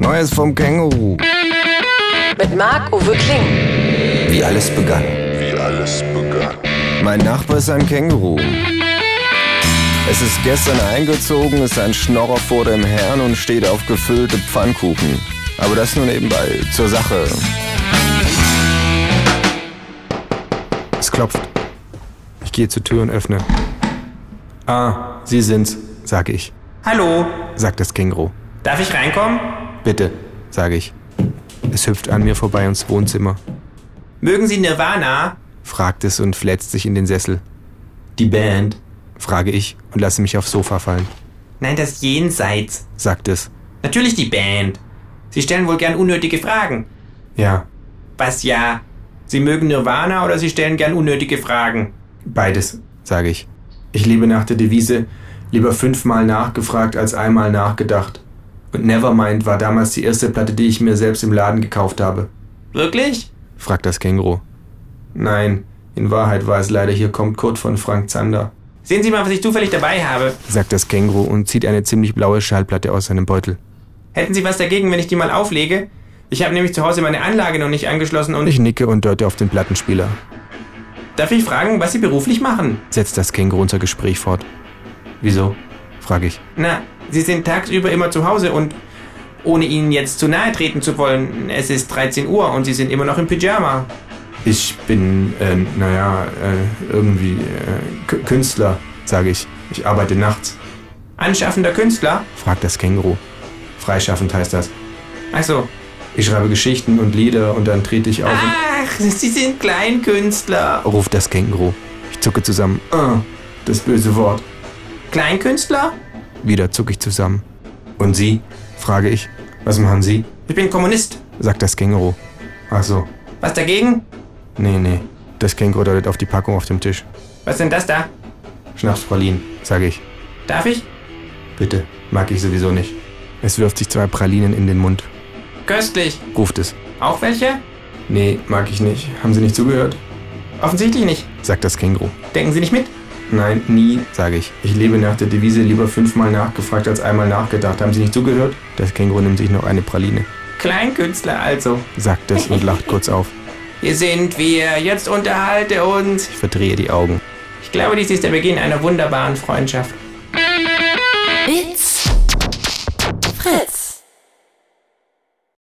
Neues vom Känguru. Mit Marc-Uwe Kling. Wie alles begann. wie alles begann. Mein Nachbar ist ein Känguru. Es ist gestern eingezogen, ist ein Schnorrer vor dem Herrn und steht auf gefüllte Pfannkuchen. Aber das nur nebenbei, zur Sache. Es klopft. Ich gehe zur Tür und öffne. Ah, Sie sind's, sage ich, Hallo, sagt das Känguru. darf ich reinkommen? Bitte, sage ich. Es hüpft an mir vorbei ins Wohnzimmer, Mögen Sie Nirvana? fragt es und fletzt sich in den Sessel. Die Band? frage ich und lasse mich aufs Sofa fallen, Nein, das Jenseits. sagt es. Natürlich die Band. Sie stellen wohl gern unnötige Fragen. Ja, Was ja? Sie mögen Nirvana oder Sie stellen gern unnötige Fragen? beides, sage ich. Ich lebe nach der Devise, lieber fünfmal nachgefragt als einmal nachgedacht. Und Nevermind war damals die erste Platte, die ich mir selbst im Laden gekauft habe. Wirklich? fragt das Känguru. Nein, in Wahrheit war es leider hier kommt Kurt von Frank Zander, Sehen Sie mal, was ich zufällig dabei habe. sagt das Känguru und zieht eine ziemlich blaue Schallplatte aus seinem Beutel. Hätten Sie was dagegen, wenn ich die mal auflege? Ich habe nämlich zu Hause meine Anlage noch nicht angeschlossen und Ich nicke und deute auf den Plattenspieler, darf ich fragen, was Sie beruflich machen? setzt das Känguru unser Gespräch fort. Wieso? frage ich. Na, Sie sind tagsüber immer zu Hause und ohne Ihnen jetzt zu nahe treten zu wollen, es ist 13 Uhr und Sie sind immer noch im Pyjama. Ich bin, äh, naja, äh, irgendwie äh, K- Künstler, sage ich. Ich arbeite nachts, Anschaffender Künstler? fragt das Känguru. Freischaffend heißt das. Ach so. Ich schreibe Geschichten und Lieder und dann trete ich auf und Ach, Sie sind Kleinkünstler. ruft das Känguru. Ich zucke zusammen. Ah, das böse Wort. Kleinkünstler? Wieder zucke ich zusammen. Und Sie? frage ich. Was machen Sie? Ich bin Kommunist. sagt das Känguru. Ach so. Was dagegen? Nee, nee. Das Känguru deutet auf die Packung auf dem Tisch. Was denn das da? Schnaps Pralinen, sage ich. Darf ich? Bitte. Mag ich sowieso nicht. Es wirft sich zwei Pralinen in den Mund, Köstlich. ruft es. Auch welche? Nee, mag ich nicht. Haben Sie nicht zugehört? Offensichtlich nicht. sagt das Känguru. Denken Sie nicht mit? Nein, nie, sage ich. Ich lebe nach der Devise lieber fünfmal nachgefragt als einmal nachgedacht. Haben Sie nicht zugehört? Das Känguru nimmt sich noch eine Praline, Kleinkünstler also. sagt es und lacht kurz auf. Hier sind wir. Jetzt unterhalte uns. Ich verdrehe die Augen. Ich glaube, dies ist der Beginn einer wunderbaren Freundschaft.